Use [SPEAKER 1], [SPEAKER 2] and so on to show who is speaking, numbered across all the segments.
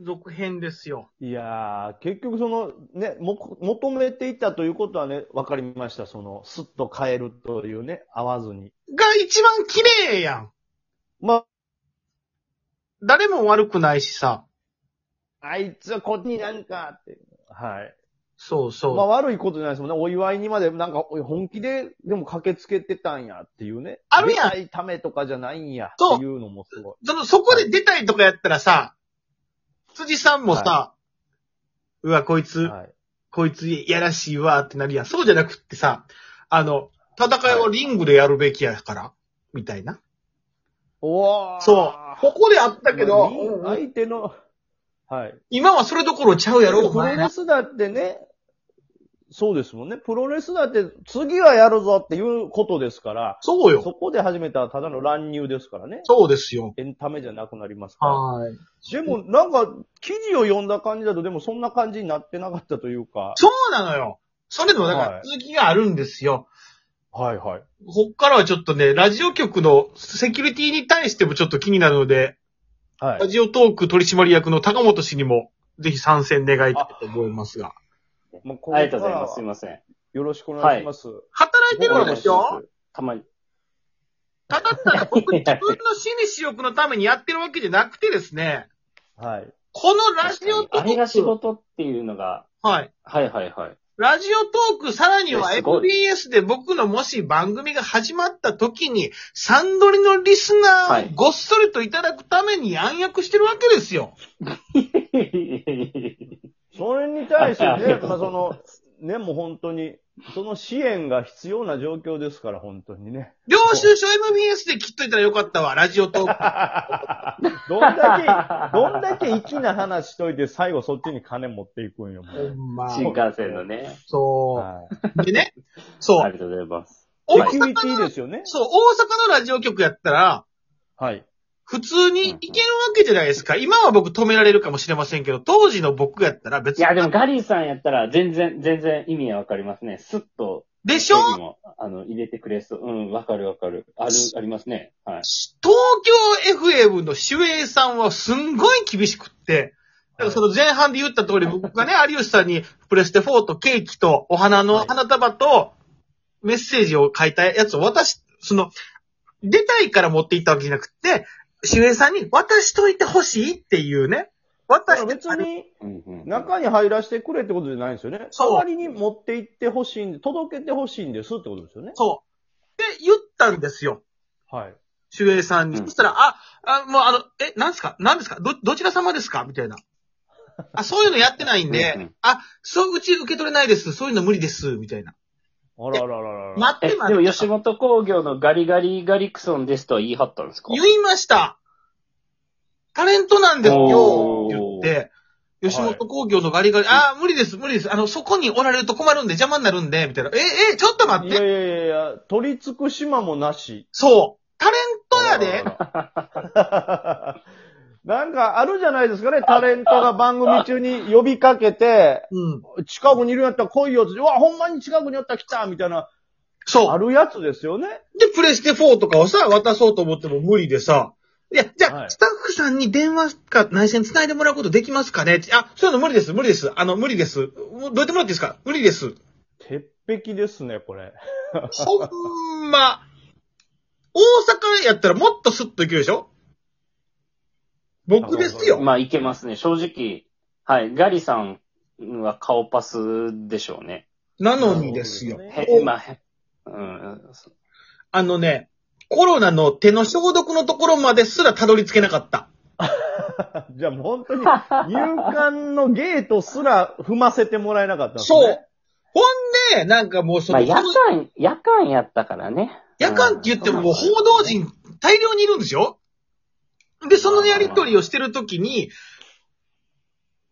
[SPEAKER 1] 続編ですよ。
[SPEAKER 2] いやー、結局その、ね、も、求めていたということはね、わかりました。その、スッと変えるというね、合わずに。
[SPEAKER 1] が一番綺麗やん。
[SPEAKER 2] ま
[SPEAKER 1] 誰も悪くないしさ。
[SPEAKER 2] あ、あいつはこっちになんかって。はい。
[SPEAKER 1] そうそう。
[SPEAKER 2] まあ悪いことじゃないですもんね。お祝いにまでなんかおい本気ででも駆けつけてたんやっていうね。
[SPEAKER 1] あるやん
[SPEAKER 2] 出たいためとかじゃないんや
[SPEAKER 1] そう
[SPEAKER 2] っていうのもすごい。
[SPEAKER 1] その、そこで出たいとかやったらさ、辻さんもさ、うわ、こいつ、
[SPEAKER 2] はい。
[SPEAKER 1] こいついやらしいわってなるやん。そうじゃなくってさ、あの、戦いをリングでやるべきやから、みたいな。
[SPEAKER 2] おー
[SPEAKER 1] そう。ここであったけど、
[SPEAKER 2] まあ相手の、はい。
[SPEAKER 1] 今はそれどころちゃうやろ、お
[SPEAKER 2] プロ
[SPEAKER 1] 前ら
[SPEAKER 2] レスだってね、そうですもんね。プロレスだって次はやるぞっていうことですから、
[SPEAKER 1] そう
[SPEAKER 2] そ
[SPEAKER 1] よ。
[SPEAKER 2] こで始めたらただの乱入ですからね。
[SPEAKER 1] そうですよ。
[SPEAKER 2] エンタメじゃなくなりますか
[SPEAKER 1] はい。
[SPEAKER 2] ら。でもなんか、記事を読んだ感じだとでもそんな感じになってなかったというか。
[SPEAKER 1] そうなのよ。それでもだから
[SPEAKER 2] はい
[SPEAKER 1] 続きがあるんですよ。
[SPEAKER 2] はいはい。
[SPEAKER 1] こっからはちょっとね、ラジオ局のセキュリティに対してもちょっと気になるので、
[SPEAKER 2] はい
[SPEAKER 1] ラ。ジオトーク取締役の高本氏にも、ぜひ参戦願いたいと思いますが。
[SPEAKER 2] まあ、こ
[SPEAKER 3] あり
[SPEAKER 2] れ
[SPEAKER 3] がと
[SPEAKER 2] か
[SPEAKER 3] うございま
[SPEAKER 2] ら
[SPEAKER 3] す。すいません。
[SPEAKER 2] よろしくお願いします。
[SPEAKER 1] 働いてるわけでし
[SPEAKER 3] お願い
[SPEAKER 1] ょ
[SPEAKER 3] ますたまに。
[SPEAKER 1] ただただ僕自分の私利私欲のためにやってるわけじゃなくてですね、
[SPEAKER 2] はい。
[SPEAKER 1] このラジオト
[SPEAKER 3] あれが仕
[SPEAKER 1] ーク、
[SPEAKER 3] 事っていうのが、
[SPEAKER 1] はい。
[SPEAKER 3] はいはいはい。
[SPEAKER 1] ラジオトーク、さらにはい
[SPEAKER 3] やすごい
[SPEAKER 1] MBS で僕のもし番組が始まった時に、サンドリのリスナ
[SPEAKER 3] は
[SPEAKER 1] ーを
[SPEAKER 3] い
[SPEAKER 1] ごっそりといただくために暗躍してるわけですよ。
[SPEAKER 2] それに対して
[SPEAKER 3] ああり
[SPEAKER 2] ね、
[SPEAKER 3] がとう
[SPEAKER 2] まあ、 その、ね、もう本当に、その支援が必要な状況ですから、本当にね。
[SPEAKER 1] 領収書 MBS で切っといたらよかったわ、ラジオトーク。
[SPEAKER 2] どんだけ、どんだけ粋な話しといて、最後そっちに金持っていくんよ、も
[SPEAKER 1] ほ
[SPEAKER 2] う。
[SPEAKER 1] ん ま。
[SPEAKER 3] 新幹線のね。
[SPEAKER 1] そ
[SPEAKER 2] は
[SPEAKER 1] う。でね、そ
[SPEAKER 3] あ
[SPEAKER 1] う。
[SPEAKER 3] りがとうございます。
[SPEAKER 1] 大
[SPEAKER 2] い。セキュリテ
[SPEAKER 1] 阪
[SPEAKER 2] ィ
[SPEAKER 1] の
[SPEAKER 2] で、すよね。
[SPEAKER 1] そう、大阪のラジオ局やったら、
[SPEAKER 2] はい。
[SPEAKER 1] 普通にいけるわけじゃないですか。今は僕止められるかもしれませんけど、当時の僕やったら別
[SPEAKER 3] い
[SPEAKER 1] に。
[SPEAKER 3] や、でもガリーさんやったら全然、全然意味はわかりますね。スッと。
[SPEAKER 1] でしょ
[SPEAKER 3] 手にもあの、入れてくれそう。うん、わかるわかる。ある、ありますね。はい。
[SPEAKER 1] 東京 FM の守衛さんはすんごい厳しくって、だからその前半で言った通り僕がね、有吉さんにプレステ4とケーキとお花の花束とメッセージを書いたやつを渡し、その、出たいから持っていったわけじゃなくて、守衛さんに渡しといてほしいっていうね。渡
[SPEAKER 2] だから
[SPEAKER 1] して
[SPEAKER 2] 別に、
[SPEAKER 3] うんうんうん
[SPEAKER 2] 中に入らせてくれってことじゃないんですよね。
[SPEAKER 1] そう
[SPEAKER 2] 代わりに持って行ってほしいんで、届けてほしいんですってことですよね。
[SPEAKER 1] そう。って言ったんですよ。
[SPEAKER 2] はい。
[SPEAKER 1] 守衛さんに。
[SPEAKER 3] うん
[SPEAKER 1] そしたら、あ、あ、もうあの、え、なんですかなんですかど、どちら様ですかみたいな。あ、そういうのやってないん
[SPEAKER 3] うんう
[SPEAKER 1] で
[SPEAKER 3] ん、
[SPEAKER 1] あ、そう、うち受け取れないです。そういうの無理です。みたいな。
[SPEAKER 2] あらあらあらあら。
[SPEAKER 1] 待っ
[SPEAKER 3] え、
[SPEAKER 1] て
[SPEAKER 3] で
[SPEAKER 1] 待っ
[SPEAKER 3] も
[SPEAKER 1] て。
[SPEAKER 3] 吉本興業のガリガリガリクソンですとは言い張ったんですか
[SPEAKER 1] 言いました。タレントなんですよ
[SPEAKER 3] お。
[SPEAKER 1] って言
[SPEAKER 3] ー
[SPEAKER 1] って、吉本興業のガリガリ、あ、無理です、無理です。あの、そこにおられると困るんで邪魔になるんで、みたいな。え、え、ちょっと待
[SPEAKER 2] い
[SPEAKER 1] っ
[SPEAKER 2] や
[SPEAKER 1] て。
[SPEAKER 2] いやいやいや、取り付く島もなし。
[SPEAKER 1] そう。タレントや で。
[SPEAKER 2] なんかあるじゃないですかね、タレントが番組中に呼びかけて、
[SPEAKER 1] うん。
[SPEAKER 2] 近くにいるんやったら来いよって、うわ、ほんまに近くにおったら来たみたいな、
[SPEAKER 1] そう。
[SPEAKER 2] あるやつですよね。
[SPEAKER 1] で、プレステ4とかをさ、渡そうと思っても無理でさ、いや、じゃあ、
[SPEAKER 2] はい
[SPEAKER 1] スタッフさんに電話か内線繋いでもらうことできますかねってあ、そういうの無理です、無理です。あの、無理です。もうどうやってもらっていいですか無理です。
[SPEAKER 2] 鉄壁ですね、これ。
[SPEAKER 1] ほんま。大阪やったらもっとスッといけるでしょ僕ですよ。
[SPEAKER 3] まあ、いけますね。正直。はい。ガリさんは顔パスでしょうね。
[SPEAKER 1] なのにですよ
[SPEAKER 2] な。るほどね
[SPEAKER 3] へ、まあ、へ、うん。
[SPEAKER 1] あのね、コロナの手の消毒のところまですらたどり着けなかった。
[SPEAKER 2] じゃあもう本 当に、入管のゲートすら踏ませてもらえなかったんですね。
[SPEAKER 1] そう。ほんで、なんかもうそ
[SPEAKER 3] まあ、
[SPEAKER 1] の、
[SPEAKER 3] 夜間、夜間やったからね。
[SPEAKER 1] 夜間って言ってももう報道陣大量にいるんでしょで、そのやりとりをしてるときに、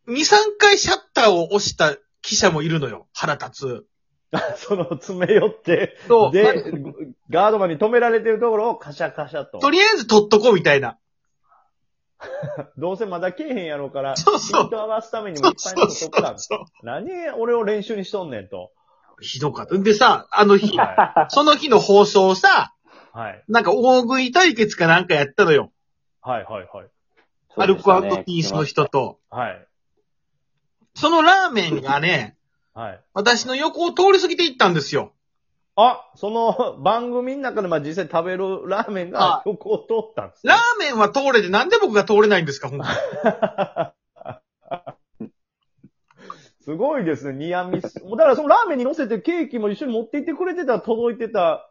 [SPEAKER 1] 2、3回シャッターを押した記者もいるのよ。腹立
[SPEAKER 2] その、詰め寄って、
[SPEAKER 1] つ。そう。
[SPEAKER 2] で、ガードマンに止められてるところをカシャカシャと。
[SPEAKER 1] とりあえず取っとこうみたいな。
[SPEAKER 2] どうせまだ来えへんやろうから、
[SPEAKER 1] そうそう
[SPEAKER 2] ピント合わすためにも
[SPEAKER 1] そ
[SPEAKER 2] いう
[SPEAKER 1] そ
[SPEAKER 2] っぱいの
[SPEAKER 1] う
[SPEAKER 2] と
[SPEAKER 1] そ
[SPEAKER 2] っとか
[SPEAKER 1] う。そ
[SPEAKER 2] 何俺を練習にしとんねん と。
[SPEAKER 1] うひどかった。でさ、あの 日、
[SPEAKER 2] は
[SPEAKER 1] その日の放送さ、
[SPEAKER 2] い。はい。
[SPEAKER 1] なんか大食い対決かなんかやったのよ。
[SPEAKER 2] はいはいはい。
[SPEAKER 1] アルコアットピースの人と。
[SPEAKER 2] はい。
[SPEAKER 1] そのラーメンがね、
[SPEAKER 2] はい。
[SPEAKER 1] 私の横を通り過ぎていったんですよ。
[SPEAKER 2] あ、その番組の中でまあ実際食べるラーメンが
[SPEAKER 1] は
[SPEAKER 2] 横を通ったんですね、
[SPEAKER 1] ラーメンは通れてなんで僕が通れないんですか、ほんとに
[SPEAKER 2] すごいですね、ニアミス。もう だからそのラーメンに乗せてケーキも一緒に持って行ってくれてたら届いてた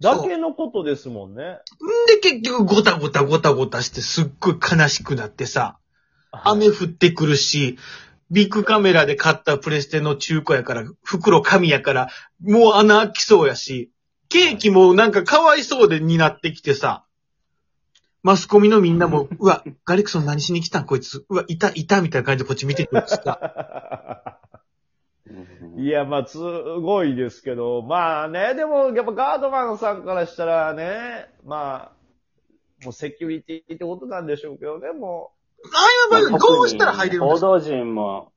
[SPEAKER 2] だけのことですもんね。
[SPEAKER 1] で、結局ごたごたごたごたしてすっごい悲しくなってさ、雨降ってくるし、ビッグカメラで買ったプレステの中古やから、袋紙やから、もう穴開きそうやし、ケーキもなんかかわいそうでになってきてさ、マスコミのみんなも、うわ、ガリクソン何しに来たんこいつ、うわ、いた、いた、みたいな感じでこっち見てくるし さ。
[SPEAKER 2] いや、まあ、すごいですけど、まあね、でも、やっぱガードマンさんからしたらね、まあ、もうセキュリティってことなんでしょうけどね、も
[SPEAKER 1] ああいう場合、どうしたら入れるん
[SPEAKER 3] 報
[SPEAKER 1] ですか
[SPEAKER 3] 道陣も、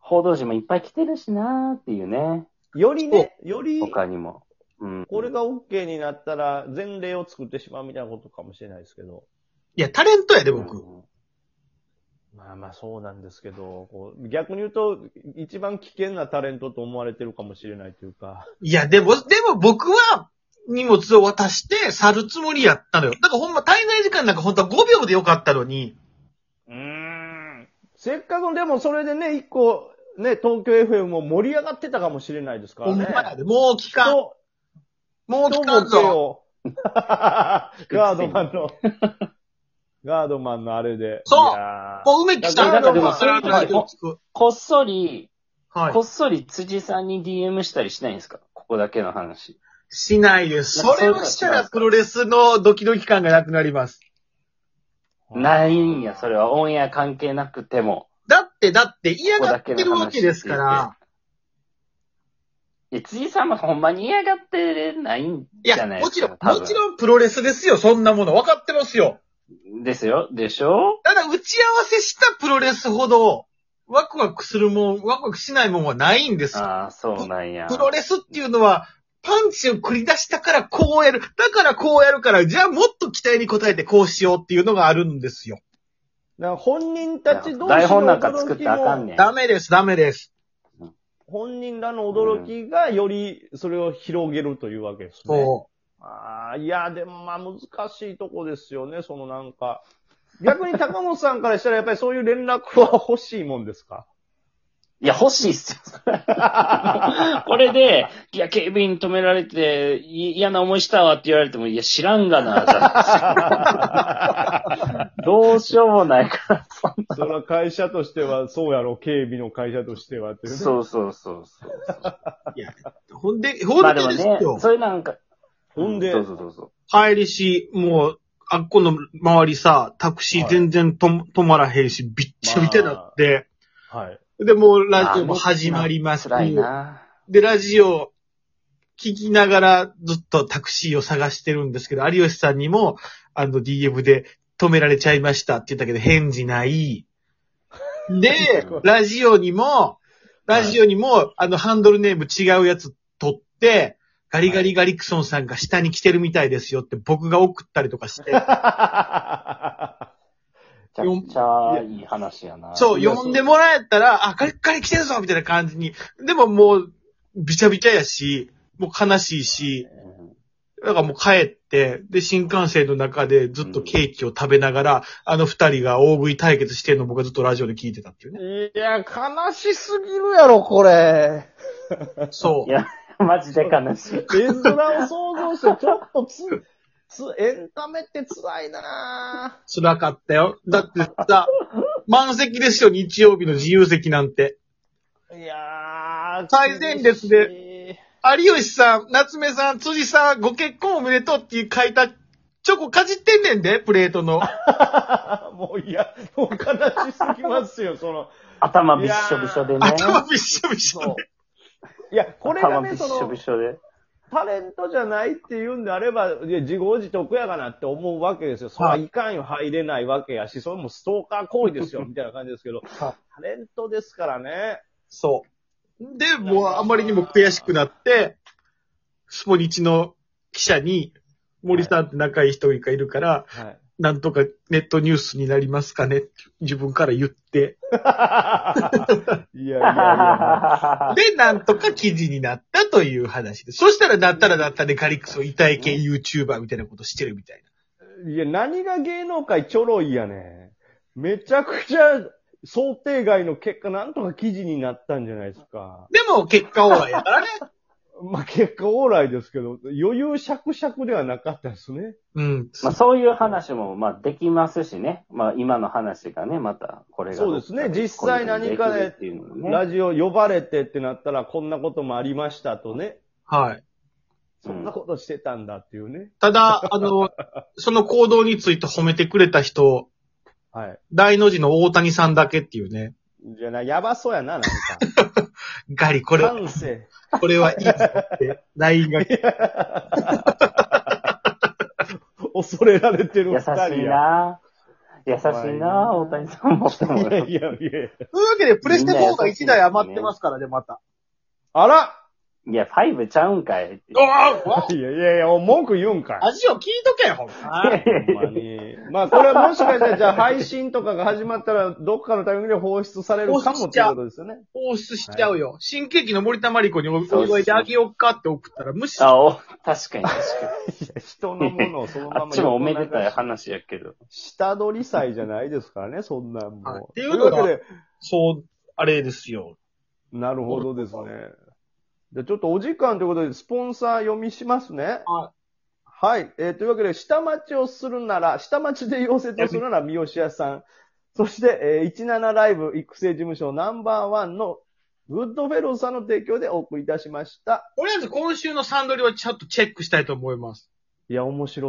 [SPEAKER 3] 報道陣もいっぱい来てるしなーっていうね。
[SPEAKER 2] う、よりね、より、
[SPEAKER 3] 他にも。うん。
[SPEAKER 2] これが OK になったら、前例を作ってしまうみたいなことかもしれないですけど。
[SPEAKER 1] いや、タレントやで、僕。
[SPEAKER 3] うん
[SPEAKER 2] まあまあそうなんですけど、こう逆に言うと、一番危険なタレントと思われてるかもしれないというか。
[SPEAKER 1] いや、でも、でも僕は荷物を渡して去るつもりやったのよ。だからほんま滞在時間なんか本当は5秒でよかったのに、
[SPEAKER 2] うん。せっかくでもそれでね、一個、ね、東京 FM も盛り上がってたかもしれないですから
[SPEAKER 1] ほん
[SPEAKER 2] ね。
[SPEAKER 1] まやで、もう期間、
[SPEAKER 2] と、
[SPEAKER 1] もう期
[SPEAKER 2] と
[SPEAKER 1] 間
[SPEAKER 2] もけ
[SPEAKER 1] ぞ。
[SPEAKER 2] を。 ガードマン の、ガードマンのあれで。
[SPEAKER 1] そう
[SPEAKER 2] いやー
[SPEAKER 1] もう梅木さ
[SPEAKER 3] なん
[SPEAKER 1] ん
[SPEAKER 3] か
[SPEAKER 1] の
[SPEAKER 3] でも
[SPEAKER 1] まあ
[SPEAKER 3] それは
[SPEAKER 1] ラジオ聞く
[SPEAKER 3] こっそり、
[SPEAKER 1] はい
[SPEAKER 3] こ。っそり辻さんに DM したりしないんですかここだけの話。
[SPEAKER 1] しないです。
[SPEAKER 3] なん
[SPEAKER 1] そ
[SPEAKER 3] かそう
[SPEAKER 1] れ
[SPEAKER 3] いうの
[SPEAKER 1] をしたらプロレスのドキドキ感がなくなります。
[SPEAKER 3] ないんや、それは。オンエア関係なくても。
[SPEAKER 1] だって、だって嫌
[SPEAKER 3] ここ
[SPEAKER 1] が
[SPEAKER 3] だ
[SPEAKER 1] っ
[SPEAKER 3] け
[SPEAKER 1] て
[SPEAKER 3] の話
[SPEAKER 1] るわけですから。
[SPEAKER 3] いや、辻さんはほんまに嫌がってないん
[SPEAKER 1] い
[SPEAKER 3] じゃ
[SPEAKER 1] や、
[SPEAKER 3] ない
[SPEAKER 1] も
[SPEAKER 3] で
[SPEAKER 1] ち
[SPEAKER 3] すか。
[SPEAKER 1] ろん、
[SPEAKER 3] 多分
[SPEAKER 1] もちろんプロレスですよ、そんなもの。分かってますよ。
[SPEAKER 3] ですよ。でしょ
[SPEAKER 1] ただ、打ち合わせしたプロレスほど、ワクワクするもん、ワクワクしないもんはないんですよ
[SPEAKER 3] ああ、そうなんや。
[SPEAKER 1] プロレスっていうのは、パンチを繰り出したからこうやる。だからこうやるから、じゃあもっと期待に応えてこうしようっていうのがあるんですよ。
[SPEAKER 2] だから本人たち同士の
[SPEAKER 3] 台本なんか作ってあかんねん。
[SPEAKER 1] ダメです、ダメです。
[SPEAKER 2] 本人らの驚きがよりそれを広げるというわけですね。
[SPEAKER 1] そ
[SPEAKER 2] ああ、いや、でもまあ難しいとこですよね、そのなんか。逆に高本さんからしたらやっぱりそういう連絡は欲しいもんです か
[SPEAKER 3] いや、欲しいっすよ。 これで、いや、警備員止められて、い嫌な思いしたわって言われても、いや、知らんがな、じ ゃんどうしようもないから、そん
[SPEAKER 2] それは会社としては、そうやろ、警備の会社としてはっていう
[SPEAKER 3] な。
[SPEAKER 2] ね。
[SPEAKER 3] そうそうそうそう。
[SPEAKER 1] う。ほんで、ほんでですよ。
[SPEAKER 3] それなんか、
[SPEAKER 2] ほんで
[SPEAKER 3] どうぞどうぞ。
[SPEAKER 1] 帰りし、もう、あっこの周りさ、タクシー全然と、止まらへんし、びっちゃびちゃだって。
[SPEAKER 2] はい。
[SPEAKER 1] で、もうラジオも始まります。
[SPEAKER 3] 辛いな。
[SPEAKER 1] で、ラジオ聞きながらずっとタクシーを探してるんですけど、有吉さんにも、あの、DM で止められちゃいましたって言ったけど、返事ない。で、ラジオにも、ラジオにも、あの、ハンドルネーム違うやつ取って、ガリガリガリクソンさんが下に来てるみたいですよって僕が送ったりとか して、
[SPEAKER 3] めちゃくちゃいい話やな。
[SPEAKER 1] そう、
[SPEAKER 2] いや
[SPEAKER 1] 呼んでもらえたら、あ、ガリガリ来てるぞみたいな感じに。でももう、びちゃびちゃやし、もう悲しいし、
[SPEAKER 3] うん。
[SPEAKER 1] だからもう帰って、で、新幹線の中でずっとケーキを食べながら、あの二人が大食い対決してるのを僕はずっとラジオで聞いてたっていうね。
[SPEAKER 2] いや、悲しすぎるやろ、これ。
[SPEAKER 1] そ
[SPEAKER 3] いや、マジで悲しい。
[SPEAKER 2] 絵面を想像して、ちょっとつ、つ、エンタメって辛いなぁ。
[SPEAKER 1] う。辛かったよ。だってさ、満席ですよ、日曜日の自由席なんて。
[SPEAKER 2] いやー、
[SPEAKER 1] 最前列で
[SPEAKER 2] で。
[SPEAKER 1] 有吉さん、夏目さん、辻さん、ご結婚おめでとうっていう書いたチョコかじってんねんで、プレートの。
[SPEAKER 2] もういや、もう悲しすぎますよ、その。
[SPEAKER 3] 頭びっしょびしょでね。
[SPEAKER 1] 頭びっしょびしょ
[SPEAKER 2] そう。いや、これが
[SPEAKER 3] 頭び
[SPEAKER 2] ね、
[SPEAKER 3] っし
[SPEAKER 2] そ
[SPEAKER 3] ょ
[SPEAKER 2] の
[SPEAKER 3] び、しょで。
[SPEAKER 2] タレントじゃないっていうんであれば、いや自業自得やがなって思うわけですよ。それはいかんよ、入れないわけやし、それもストーカー行為です よ、みたいな感じですけど、タレントですからね。
[SPEAKER 1] そう。で、もうあまりにも悔しくなって、スポニチの記者に、森さんって仲いい人がいるから、
[SPEAKER 2] はい。
[SPEAKER 1] なんとかネットニュースになりますかねって自分から言って。
[SPEAKER 2] いやいやいや。
[SPEAKER 1] で、なんとか記事になったという話です。そしたらなったらなったでガリクソ痛い系 YouTuber みたいなことしてるみたい
[SPEAKER 2] いや、何が芸能界ちょろいやねん。めちゃくちゃ想定外の結果、なんとか記事になったんじゃないですか。
[SPEAKER 1] な。でも結果オーライやからね。
[SPEAKER 2] まあ、結果オーライですけど、余裕しゃくしゃくではなかったですね。
[SPEAKER 1] うん。
[SPEAKER 3] まあそういう話も、まあできますしね。まあ今の話がね、またこれが。
[SPEAKER 2] そうですね実際何かで
[SPEAKER 3] っていうのもね。
[SPEAKER 2] ラジオ呼ばれてってなったら、こんなこともありましたとね。
[SPEAKER 1] はい。
[SPEAKER 2] そんなことしてたんだっていうね。
[SPEAKER 1] ただ、あの、その行動について褒めてくれた人、
[SPEAKER 2] はい。
[SPEAKER 1] 大の字の大谷さんだけっていうね。
[SPEAKER 2] じゃあな、やばそうやな、なんか。
[SPEAKER 1] ガリ、これ、
[SPEAKER 2] 感性。
[SPEAKER 1] これはいいぞ って、LINE が来て
[SPEAKER 2] 恐れられてる
[SPEAKER 3] 優
[SPEAKER 2] 二
[SPEAKER 3] し
[SPEAKER 2] 人や。
[SPEAKER 3] いな優しいな大谷さんも。
[SPEAKER 2] いやいやいや。
[SPEAKER 1] というわけで、プレステ4が1台余ってますからね、また。
[SPEAKER 2] あら
[SPEAKER 3] いや、5ちゃうんかい。
[SPEAKER 1] お
[SPEAKER 2] いやいやいや、文句言うんかい。
[SPEAKER 1] 味を聞いとけよ、ほんま。
[SPEAKER 2] ほんまに。まあ、これはもしかしたら、じゃあ、配信とかが始まったら、どっかのタイミングで放出されるかもっていうことですよね。
[SPEAKER 1] 放出しちゃうよ。新喜劇の森田真理子にお祝いであげようかって送ったら無視。
[SPEAKER 3] あ、お、確かに確か
[SPEAKER 2] いや、人のものをその
[SPEAKER 3] に。
[SPEAKER 2] ま
[SPEAKER 3] あ
[SPEAKER 2] ま
[SPEAKER 3] っちもおめでたい話やけど。
[SPEAKER 2] 下取り祭じゃないですからね、そんなんも。
[SPEAKER 1] はいうっていうのが
[SPEAKER 2] とわけで、
[SPEAKER 1] そう、あれですよ。
[SPEAKER 2] なるほどですね。じゃあ、ちょっとお時間ということで、スポンサー読みしますね。
[SPEAKER 1] は
[SPEAKER 2] はい。えーというわけで、下町をするなら、下町で溶接をするなら、三好屋さん。そして、えー17ライブ育成事務所ナンバーワンのグッドフェローさんの提供でお送りいたしました。
[SPEAKER 1] とりあえず今週のサンドリはちょっとチェックしたいと思います。
[SPEAKER 2] いや、面白